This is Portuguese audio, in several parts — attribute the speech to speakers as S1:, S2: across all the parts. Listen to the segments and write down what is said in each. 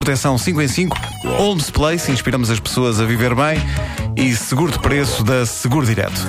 S1: proteção 5 em 5, Holmes Place, inspiramos as pessoas a viver bem, e Seguro de Preço da Seguro Direto.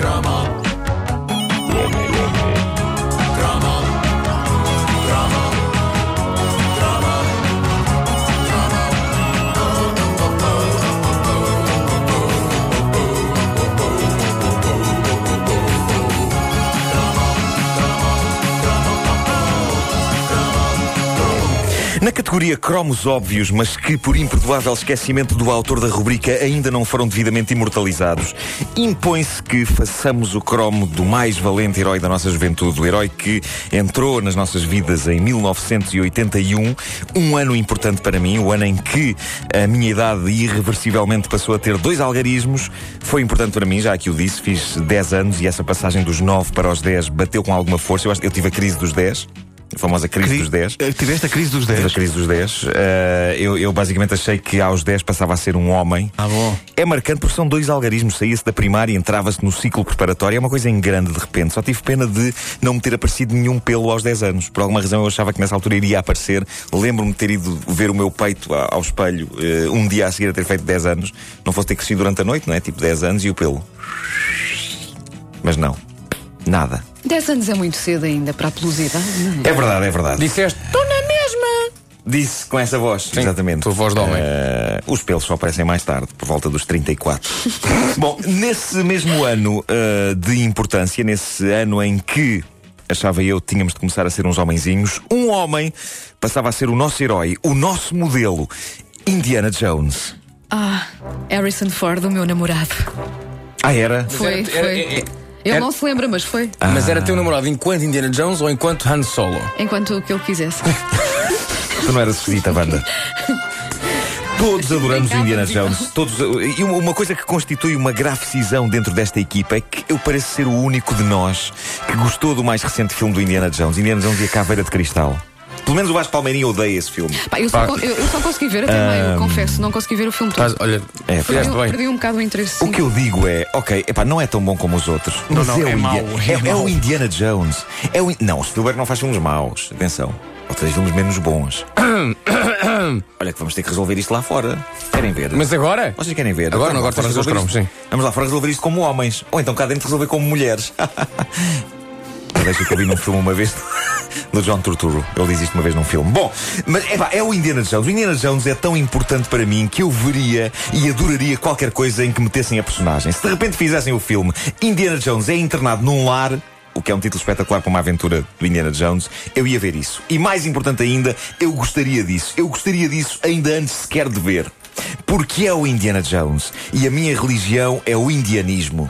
S2: Na categoria cromos óbvios, mas que por imperdoável esquecimento do autor da rubrica ainda não foram devidamente imortalizados, impõe-se que façamos o cromo do mais valente herói da nossa juventude, o herói que entrou nas nossas vidas em 1981, um ano importante para mim, o ano em que a minha idade irreversivelmente passou a ter dois algarismos, foi importante para mim, já aqui o disse, fiz 10 anos e essa passagem dos 9 para os 10 bateu com alguma força, eu, acho, eu tive a crise dos 10. A famosa crise dos 10.
S1: Eh, Tiveste a crise dos
S2: Tive a
S1: 10.
S2: crise dos 10. Eh, eu, eu basicamente achei que aos 10 passava a ser um homem.
S1: Ah, bom.
S2: É marcante porque são dois algarismos. Saía-se da primária e entrava-se no ciclo preparatório. É uma coisa em grande de repente. Só tive pena de não me ter aparecido nenhum pelo aos 10 anos. Por alguma razão eu achava que nessa altura iria aparecer. Lembro-me de ter ido ver o meu peito a- ao espelho eh, um dia a seguir a ter feito 10 anos. Não fosse ter crescido durante a noite, não é? Tipo 10 anos e o pelo. Mas não. Nada.
S3: 10 anos é muito cedo ainda para a pelosidade. não
S2: É verdade, é verdade.
S4: Disseste, estou na mesma!
S2: Disse com essa voz. Exatamente.
S4: Tua voz de homem.
S2: Eh, os pelos só aparecem mais tarde, por volta dos 34. Bom, nesse mesmo ano eh, de importância, nesse ano em que achava eu tínhamos de começar a ser uns homenzinhos, um homem passava a ser o nosso herói, o nosso modelo, Indiana Jones.
S3: é? Ah, Harrison Ford, o meu namorado.
S2: Ah, era?
S3: Foi,
S4: era- era-
S3: foi.
S4: é- é-
S3: Ele
S4: era-
S3: não se lembra, mas foi.
S4: Mas era teu namorado enquanto Indiana Jones ou enquanto Han Solo?
S3: Enquanto o que ele quisesse.
S2: Tu não eras Sofita Banda. Todos adoramos o
S3: Obrigada,
S2: Indiana
S3: Miguel.
S2: Jones. Todos, eh, e uma- uma coisa que constitui uma grave cisão dentro desta equipa é que eu pareço ser o único de nós que gostou do mais recente filme do Indiana Jones, Indiana Jones e a Caveira de Cristal. Pelo menos o Vasco Palmeirinho odeia esse filme.
S3: Pá,
S4: Ah.
S3: eu, só, con- eu, eu só consegui ver até meio, confesso. Não consegui ver o filme todo.
S4: Mas, olha,
S2: É,
S4: fizeste
S3: Perdi,
S4: bem.
S3: perdi um bocado o interesse.
S2: O que eu digo é, ok, epá, não é tão bom como os outros.
S1: Não,
S2: mas
S1: não, é
S2: o
S1: mau,
S2: Indi-
S1: é
S2: é- é
S1: mau.
S2: o Indiana Jones. É o, In- não, o Spielberg não faz filmes maus. Atenção. Ou faz filmes menos bons. Olha que vamos ter que resolver isto lá fora. Querem ver?
S4: Mas agora?
S2: Vocês querem ver?
S4: É. Agora não, agora
S2: Vamos
S4: estamos nos
S2: resolver
S4: cromos, sim.
S2: isto. Vamos lá fora resolver isto como homens. Ou então cá dentro resolver como mulheres. Eu Deixa que eu vi num filme uma vez do John Turturro. Ele diz isto uma vez num filme. Bom, mas epá, é o Indiana Jones. O Indiana Jones é tão importante para mim que eu veria e adoraria qualquer coisa em que metessem a personagem. Se de repente fizessem o filme Indiana Jones é internado num lar. O que é um título espetacular para uma aventura do Indiana Jones, eu ia ver isso. E mais importante ainda, eu gostaria disso. Eu gostaria disso ainda antes sequer de ver. Porque é o Indiana Jones e a minha religião é o indianismo.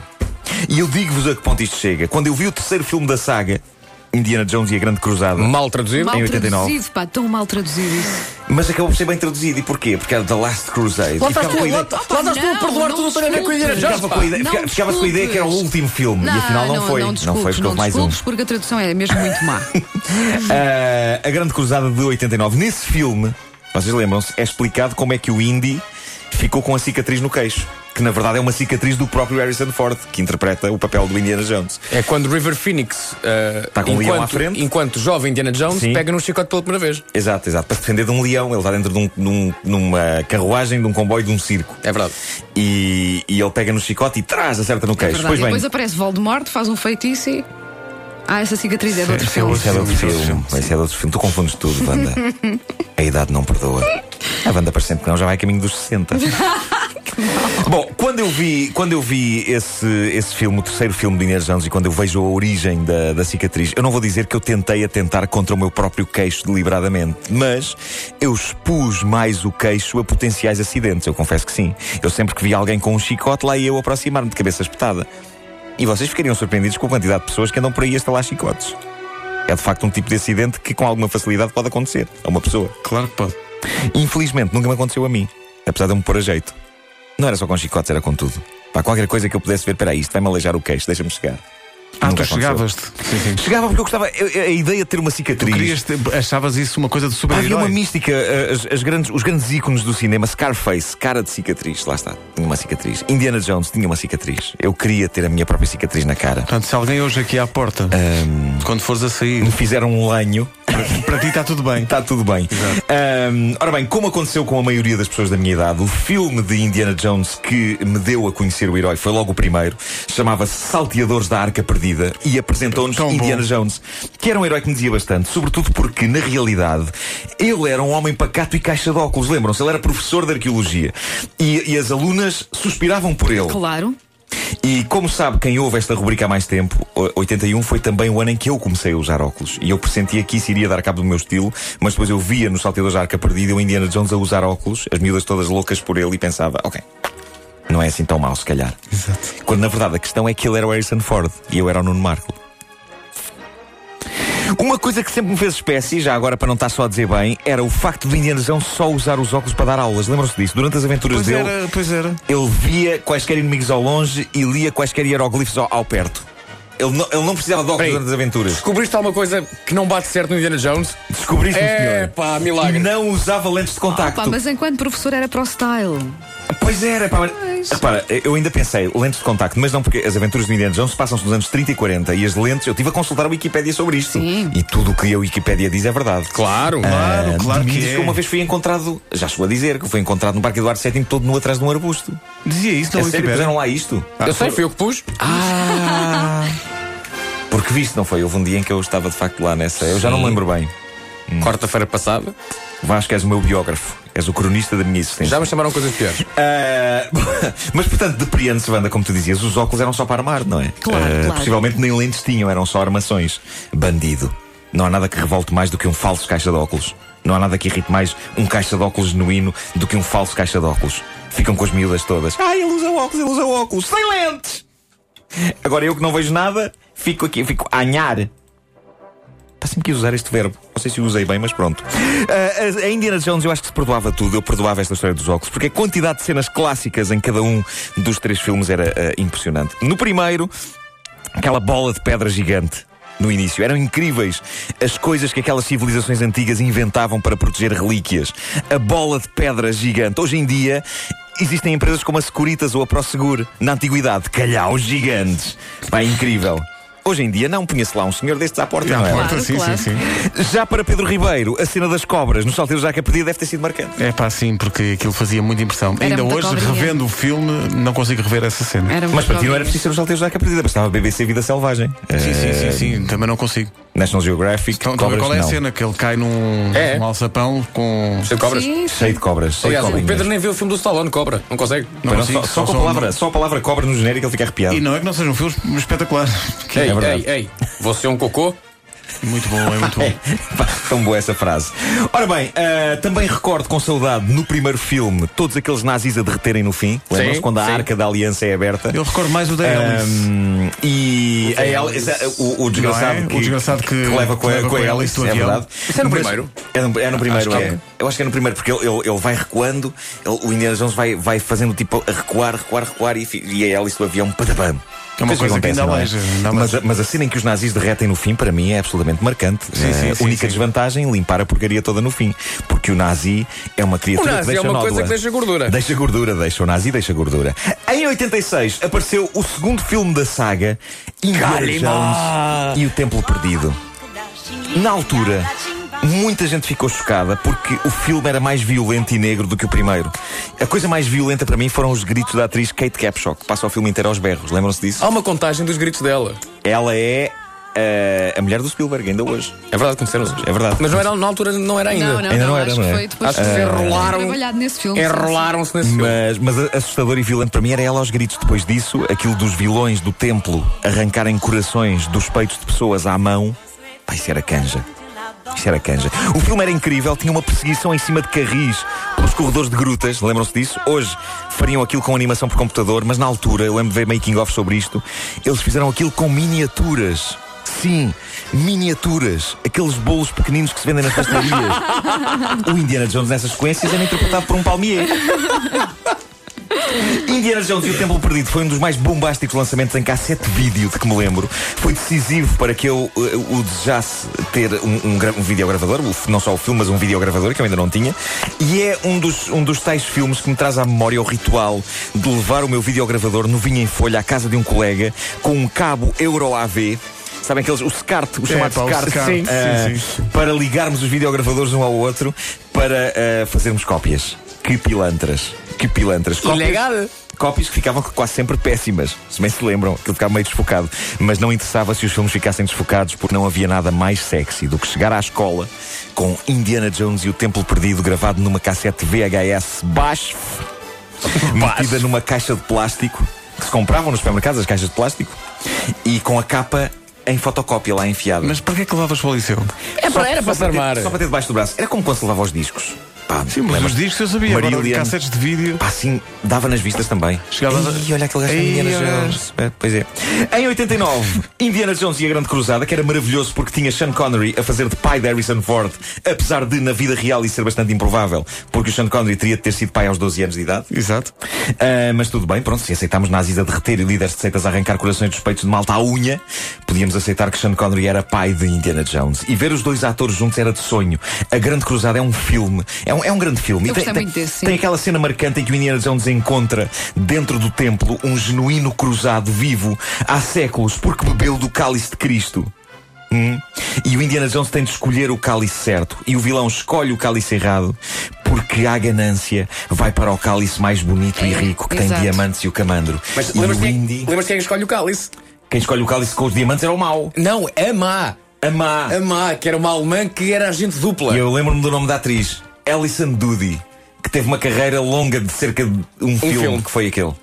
S2: E eu digo-vos a que ponto isto chega. Quando eu vi o terceiro filme da saga, Indiana Jones e a Grande Cruzada,
S4: Mal traduzido?
S3: Mal
S2: em 89.
S3: traduzido, pá, tão mal traduzido isso.
S2: mas acabou por ser bem traduzido. E porquê? Porque era The Last Crusade.
S4: Lá
S2: E
S4: estás
S2: ficava
S4: tu,
S2: com a ideia-
S4: lá lá estás tu a
S3: Não,
S4: perdoar
S3: não
S4: tudo o que tem a ver com Indiana
S3: desculpes.
S4: Jones.
S2: ficava com a
S4: pá.
S2: ideia-
S3: Não
S2: fica- Ficava-se com a ideia que era o
S3: desculpes.
S2: último filme. e afinal não, foi.
S3: Não,
S2: não foi,
S3: desculpes,
S2: porque houve
S3: não
S2: mais um.
S3: desculpes, porque a tradução é mesmo muito má.
S2: Ah, a Grande Cruzada de 89. Nesse filme, vocês lembram-se, é explicado como é que o Indy ficou com a cicatriz no queixo. Que na verdade é uma cicatriz do próprio Harrison Ford, que interpreta o papel do Indiana Jones.
S4: É quando River Phoenix, eh,
S2: Tá com o leão à frente.
S4: enquanto jovem Indiana Jones,
S2: Sim.
S4: pega num chicote pela primeira vez.
S2: Exato, exato. Para se defender de um leão, ele está dentro de, um- de um- numa carruagem, de um comboio, de um circo.
S4: É verdade.
S2: E, e ele pega no chicote e traz, acerta no queixo.
S3: É Verdade.
S2: pois
S3: E
S2: bem,
S3: depois aparece Voldemort, faz um feitiço e. Ah, essa cicatriz é de outro filme.
S2: esse é de outro filme. Esse é de outro filme. Tu confundes tudo, Wanda. A idade não perdoa. A Wanda parece sempre que não, já vai a caminho dos 60. Bom, quando eu vi, quando eu vi esse, esse filme, o terceiro filme de Inês Jones, e quando eu vejo a origem da, da cicatriz, eu não vou dizer que eu tentei atentar contra o meu próprio queixo deliberadamente, mas eu expus mais o queixo a potenciais acidentes, eu confesso que sim. Eu sempre que vi alguém com um chicote, lá ia eu aproximar-me de cabeça espetada. E vocês ficariam surpreendidos com a quantidade de pessoas que andam por aí a estalar chicotes. É de facto um tipo de acidente que com alguma facilidade pode acontecer a uma pessoa.
S1: Claro que pode.
S2: Infelizmente, nunca me aconteceu a mim. Apesar de eu me pôr a jeito. Não era só com chicotes, era com tudo. Para qualquer coisa que eu pudesse ver, peraí, isto vai-me aleijar o queixo, deixa-me chegar.
S1: Ah,
S2: Nunca
S1: tu
S2: aconteceu.
S1: chegavas-te. Sim, sim.
S2: Chegava porque eu gostava. eu- eu- a ideia de ter uma cicatriz.
S1: Querias ter- achavas isso uma coisa de
S2: Pá, Havia uma
S1: super-herói?
S2: mística, eh, as- as grandes- os grandes ícones do cinema, Scarface, cara de cicatriz, lá está, tinha uma cicatriz. Indiana Jones tinha uma cicatriz. Eu queria ter a minha própria cicatriz na cara.
S1: Portanto, se alguém hoje aqui à porta, quando fores a sair,
S2: Me fizeram um lenho.
S1: Para, para ti está tudo bem.
S2: Está tudo bem. Ahm, ora bem, como aconteceu com a maioria das pessoas da minha idade, o filme de Indiana Jones que me deu a conhecer o herói foi logo o primeiro. Chamava-se Salteadores da Arca Perdida e apresentou-nos
S1: Tão bom.
S2: Indiana Jones, que era um herói que me dizia bastante, sobretudo porque, na realidade, ele era um homem pacato e caixa de óculos. Lembram-se? Ele era professor de arqueologia. E, e as alunas suspiravam por ele.
S3: Claro.
S2: E como sabe quem ouve esta rubrica há mais tempo, o- 81 foi também o ano em que eu comecei a usar óculos. E eu pressentia que isso iria dar cabo do meu estilo, mas depois eu via no Salteador da Arca Perdida o Indiana Jones a usar óculos, as miúdas todas loucas por ele, e pensava, ok, não é assim tão mau se calhar.
S1: Exato.
S2: Quando na verdade a questão é que ele era o Harrison Ford e eu era o Nuno Marco. Uma coisa que sempre me fez espécie, já agora para não estar só a dizer bem, era o facto do Indiana Jones só usar os óculos para dar aulas. Lembram-se disso? Durante as aventuras
S1: Pois
S2: dele.
S1: era, pois era.
S2: Ele via quaisquer inimigos ao longe e lia quaisquer hieróglifos ao, ao perto. Ele não, ele não precisava de óculos
S4: Peraí.
S2: durante as aventuras.
S4: Descobriste alguma coisa que não bate certo no Indiana Jones?
S2: Descobriste,
S4: É
S2: senhor.
S4: pá, milagre.
S2: Não usava lentes de contacto.
S3: Pá, mas enquanto professor era pro style.
S2: Pois era, pá. mas- Repara, eu ainda pensei, lentes de contacto, mas não porque as aventuras de Indiana Jones passam-se nos anos 30 e 40 e as lentes, eu tive a consultar a Wikipédia sobre isto.
S3: Sim.
S2: E tudo o que a Wikipédia diz é verdade.
S4: Claro.
S1: Claro,
S2: Ah,
S1: claro
S2: de mim
S1: que
S2: diz
S1: é.
S2: uma vez foi encontrado, já chegou a dizer, que foi encontrado no Parque Eduardo VII todo nu atrás de um arbusto.
S1: Dizia isso
S2: É
S1: na
S2: sério,
S1: Wikipédia.
S2: puseram lá isto?
S4: eu sei, fui eu que pus. Ah,
S2: Porque visto, não foi? Houve um dia em que eu estava de facto lá nessa. Eu já não me lembro bem.
S4: Quarta-feira passada.
S2: Vasco, és o meu biógrafo. És o cronista da minha existência.
S4: Já me chamaram coisas piores.
S2: Ah, mas portanto, depreende-se, Wanda, como tu dizias, os óculos eram só para armar, não é?
S3: Claro,
S2: Ah,
S3: claro.
S2: Possivelmente nem lentes tinham, eram só armações. Bandido. Não há nada que revolte mais do que um falso caixa de óculos. Não há nada que irrite mais um caixa de óculos genuíno do que um falso caixa de óculos. Ficam com as miúdas todas. Ah, ele usa óculos, ele usa óculos, sem lentes! Agora eu que não vejo nada, fico aqui, fico a anhar. Pá, Tá sempre quis usar este verbo. Não sei se o usei bem, mas pronto. Ah, a- a Indiana Jones eu acho que se perdoava tudo. Eu perdoava esta história dos óculos, porque a quantidade de cenas clássicas em cada um dos três filmes era ah, impressionante. No primeiro, aquela bola de pedra gigante. No início, eram incríveis as coisas que aquelas civilizações antigas inventavam para proteger relíquias. A bola de pedra gigante. Hoje em dia, existem empresas como a Securitas ou a Prosegur. Na antiguidade, calhau gigantes. Pá, é incrível. Hoje em dia, não punha-se lá um senhor destes à porta, não
S1: Ah,
S2: era?
S1: pronto,
S3: Claro,
S1: sim,
S3: claro.
S1: sim, sim.
S2: Já para Pedro Ribeiro, a cena das cobras no Salteiro Jaca Perdida deve ter sido marcante.
S1: É pá, sim, porque aquilo fazia muita impressão.
S3: Era
S1: Ainda
S3: muita
S1: hoje,
S3: cobrinha.
S1: revendo o filme, não consigo rever essa cena.
S3: Era um
S2: Mas
S3: muito
S2: para ti não era
S3: jovem.
S2: preciso ser o Salteiro Jaca Perdida, bastava BBC Vida Selvagem.
S1: Sim, sim, sim,
S2: Eh,
S1: sim, também não consigo.
S2: National Geographic,
S1: Então, então
S2: cobras,
S1: qual é a
S2: não.
S1: cena? Que ele cai num,
S4: É.
S1: num alçapão com.
S4: Eu cobras.
S3: Sim,
S2: Cheio de cobras. cheio de
S4: Aliás, o
S2: cobrinhas.
S4: Pedro nem viu o filme do Stallone, cobra. Não consegue.
S1: Não
S2: Pois não,
S1: consigo,
S2: só, só com a palavra, só a palavra cobra no genérico ele fica arrepiado.
S1: E não é que não seja um filme espetacular. Que
S4: Ei,
S2: É verdade.
S4: ei, ei. Você é um cocô?
S1: é muito bom, é muito bom.
S2: Pá, Tão boa essa frase. Ora bem, ah, também recordo com saudade no primeiro filme todos aqueles nazis a derreterem no fim. Lembram-se
S4: Sim,
S2: quando a
S4: sim.
S2: arca da aliança é aberta?
S1: Eu recordo mais o da Alice.
S2: Ahm, e
S4: O
S2: a
S4: da
S2: Alice,
S4: Alice.
S2: o, o desgraçado
S1: Não é?
S2: que,
S1: O desgraçado que-
S2: leva com
S1: que
S2: a,
S1: leva
S2: com a Alice,
S1: do
S2: é
S1: avião.
S2: verdade.
S4: Isso é no
S2: Mas-
S4: primeiro?
S2: É no, é no primeiro,
S4: Acho que
S2: é.
S4: é.
S2: Eu acho que é no primeiro, porque ele, ele, ele vai recuando, ele- o Indiana Jones vai, vai fazendo tipo a recuar, recuar, recuar e, fi- e a Alice do avião padabam.
S1: É uma
S2: Depois
S1: coisa que ainda
S2: não é?
S1: aleja, ainda
S2: mas,
S1: aleja.
S2: mas a cena em que os nazis derretem no fim, para mim, é absolutamente marcante.
S1: Sim, sim,
S2: Eh,
S1: sim,
S2: única
S1: sim.
S2: desvantagem, limpar a porcaria toda no fim. Porque o nazi é uma criatura
S4: O
S2: que
S4: nazi é
S2: deixa
S4: uma coisa
S2: nódoa.
S4: que deixa gordura.
S2: Deixa gordura, deixa o nazi, deixa gordura. Em 86 apareceu o segundo filme da saga, Indiana Jones e o Templo Perdido. Na altura, muita gente ficou chocada porque o filme era mais violento e negro do que o primeiro. A coisa mais violenta para mim foram os gritos da atriz Kate Capshaw, que passa o filme inteiro aos berros. Lembram-se disso?
S4: Há uma contagem dos gritos dela.
S2: Ela é eh, a mulher do Spielberg, ainda hoje.
S4: É verdade, conheceram-nos.
S2: É verdade.
S4: Mas não era, na altura não era ainda.
S3: Não, não,
S2: Ainda
S3: não,
S2: não era,
S3: acho
S2: não
S3: que
S2: é?
S3: foi depois
S4: Acho que se enrolaram.
S3: trabalhado nesse filme. sim, sim.
S4: Enrolaram-se nesse filme.
S2: Mas, mas a- assustador e violento para mim era ela aos gritos. Depois disso, aquilo dos vilões do templo arrancarem corações dos peitos de pessoas à mão. Pá, isso era canja. Isso era canja. O filme era incrível, tinha uma perseguição em cima de carris pelos corredores de grutas, lembram-se disso? Hoje fariam aquilo com animação por computador, mas na altura, eu lembro de ver making-off sobre isto, eles fizeram aquilo com miniaturas. Sim, miniaturas. Aqueles bolos pequeninos que se vendem nas pastelarias. o Indiana Jones nessas sequências era interpretado por um palmier. Indiana Jones e o Templo Perdido foi um dos mais bombásticos lançamentos em cassete vídeo de que me lembro. Foi decisivo para que eu eh, o desejasse ter um, um, gra- um videogravador, o f- não só o filme, mas um videogravador que eu ainda não tinha. E é um dos, um dos tais filmes que me traz à memória o ritual de levar o meu videogravador no vinho em folha à casa de um colega com um cabo Euro AV Sabem aqueles, o SCART, o chamado
S1: É, pá, o
S2: SCART,
S1: SCART, sim.
S2: ah,
S1: Sim,
S2: para ligarmos os videogravadores um ao outro para ah, fazermos cópias. Que pilantras, que pilantras.
S4: Legado.
S2: Cópias que ficavam quase sempre péssimas, se bem se lembram, aquilo ficava meio desfocado. Mas não interessava se os filmes ficassem desfocados, porque não havia nada mais sexy do que chegar à escola com Indiana Jones e o Templo Perdido gravado numa cassete VHS baixo, metida numa caixa de plástico, que se compravam nos supermercados, as caixas de plástico, e com a capa em fotocópia lá enfiada.
S1: Mas para que é que levavas para o liceu?
S4: É para, era para se
S2: só, para
S4: armar.
S2: ter, só para ter debaixo do braço. Era como quando se levava os discos. Pá,
S1: Sim, mas os discos eu sabia. Agora,
S2: Marillion.
S1: cassetes de vídeo.
S2: Pá, assim, dava nas vistas também.
S1: Chegavas a-
S2: E olha aquele gajo
S1: Ei,
S2: de Indiana
S1: olha.
S2: Jones. É, Pois é. Em 89, Indiana Jones e a Grande Cruzada, que era maravilhoso porque tinha Sean Connery a fazer de pai de Harrison Ford, apesar de na vida real isso ser bastante improvável, porque o Sean Connery teria de ter sido pai aos 12 anos de idade.
S1: Exato.
S2: Ah, mas tudo bem, pronto, se aceitámos nazis a derreter e líderes de seitas a arrancar corações dos peitos de malta à unha, podíamos aceitar que Sean Connery era pai de Indiana Jones. E ver os dois atores juntos era de sonho. A Grande Cruzada é um filme. É um, é um grande filme.
S3: Eu
S2: E tem,
S3: gostei
S2: tem-
S3: muito desse, sim.
S2: tem aquela cena marcante em que o Indiana Jones encontra, dentro do templo, um genuíno cruzado vivo há séculos porque bebeu do cálice de Cristo. Hum? E o Indiana Jones tem de escolher o cálice certo. E o vilão escolhe o cálice errado porque a ganância vai para o cálice mais bonito e
S3: É,
S2: rico que tem
S3: exato.
S2: diamantes e o camandro.
S4: Mas
S2: e
S4: lembras-te
S2: o
S4: quem,
S2: Indy,
S4: lembras-te quem é escolhe o cálice?
S2: quem escolhe o cálice com os diamantes era o mau.
S4: Não, a má.
S2: A má.
S4: A má, que era uma alemã que era agente dupla.
S2: E eu lembro-me do nome da atriz, Alison Doody, que teve uma carreira longa de cerca de um, filme,
S4: filme.
S2: que foi aquele.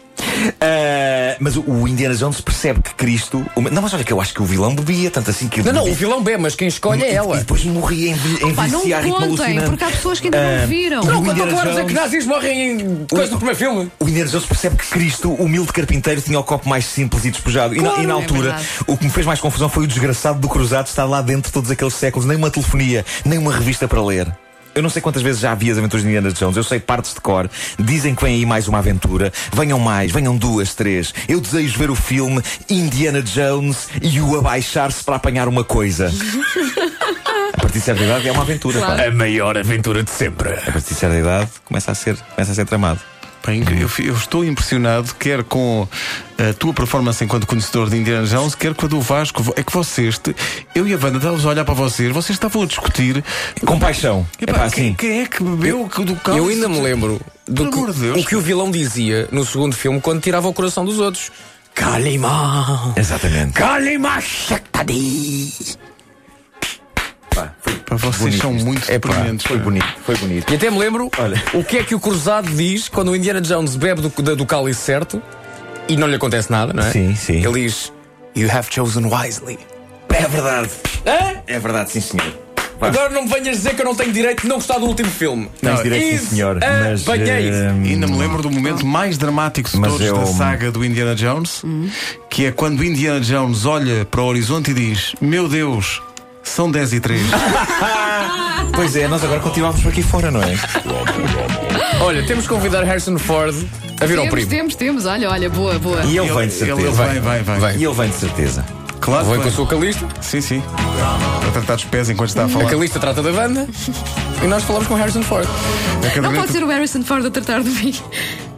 S2: Ah, mas o, o Indiana Jones percebe que Cristo. o- não, mas olha que eu acho que o vilão bebia, tanto assim que.
S4: Não, não, o vilão B, mas quem escolhe é
S2: E- E
S4: ela.
S2: depois morria em, em
S3: Pá, não
S2: viciar e
S3: contem,
S2: alucinante.
S3: porque há pessoas que ainda não viram.
S4: Não,
S2: o
S4: quando
S2: Indiana
S4: agora dizer que
S2: Jones-
S4: nazis morrem em coisa do primeiro filme.
S2: O Indiana Jones percebe que Cristo, o humilde carpinteiro, tinha o copo mais simples e despojado. E na- e, na,
S3: Claro, é
S2: altura,
S3: verdade.
S2: o que me fez mais confusão foi o desgraçado do cruzado estar lá dentro todos aqueles séculos, nem uma telefonia, nem uma revista para ler. Eu não sei quantas vezes já vi as aventuras de Indiana Jones, eu sei partes de cor. Dizem que vem aí mais uma aventura. Venham mais, venham duas, três. Eu desejo ver o filme Indiana Jones e o abaixar-se para apanhar uma coisa. A partir de certa idade é uma aventura.
S3: Claro.
S2: pá.
S4: A maior aventura de sempre.
S2: A partir de certa idade começa a ser, começa a ser tramado.
S1: Bem, eu, fi- eu estou impressionado, quer com a tua performance enquanto conhecedor de Indiana Jones, quer com a do Vasco. É que vocês, te- eu e a Wanda estávamos a olhar para vocês, vocês estavam a discutir.
S2: Com paixão. É
S1: Epá,
S2: pá,
S1: quem,
S2: assim.
S1: quem é que bebeu o que- do cálice?
S4: Eu ainda me lembro do
S1: Pelo amor de Deus.
S4: que, o que o vilão dizia no segundo filme quando tirava o coração dos outros. Kalimá!
S2: É. Exatamente.
S4: Kalimá Shaktadi!
S1: Pá, vocês são muito
S2: É pá,
S1: surpreendentes.
S2: Foi
S1: pá.
S2: bonito, foi bonito.
S4: E até me lembro
S2: Olha.
S4: o que é que o Cruzado diz quando o Indiana Jones bebe do, da- do cálice certo e não lhe acontece nada, não é?
S2: Sim, sim.
S4: Ele diz: You have chosen wisely.
S2: É verdade.
S4: Hã?
S2: É verdade, sim, senhor. Vá.
S4: Agora não me venhas dizer que eu não tenho direito de não gostar do último filme.
S2: Ah. Tens direito, sim,
S4: Isso
S2: senhor.
S4: é
S2: Mas.
S4: banheiro.
S1: E
S2: eh,
S1: Ainda me lembro do momento mais dramático de
S2: Mas
S1: todos
S2: eu-
S1: da saga do Indiana Jones, que é quando o Indiana Jones olha para o horizonte e diz: Meu Deus, são 10 e 3.
S2: Pois é, nós agora continuávamos por aqui fora, não é?
S4: Olha, temos que convidar Harrison Ford a vir ao
S3: Temos,
S4: primo.
S3: temos, temos. Olha, olha, boa, boa.
S2: E ele vem de
S1: Ele
S2: certeza.
S1: vai, vai, vai.
S4: Vai.
S2: E ele vem de certeza.
S1: Claro, que
S4: Vem com
S1: vai.
S4: a sua calista.
S1: Sim, sim. Para tratar dos pés enquanto está a
S4: A
S1: falar.
S4: Calista trata da banda e nós falamos com Harrison Ford.
S1: A cada
S3: Não
S1: momento-
S3: pode ser o Harrison Ford a tratar de mim.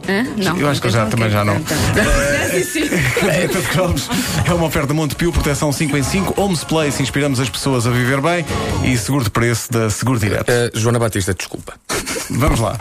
S3: Hã? Não.
S1: Eu acho que eu já- também já não.
S3: Sim, sim.
S1: Planeta de Cromos é uma oferta Montepio, proteção 5 em 5, Homes Place, inspiramos as pessoas a
S4: É.
S1: viver bem e seguro de preço da Seguro Direto.
S4: Joana Batista, Eh, desculpa.
S1: Vamos lá.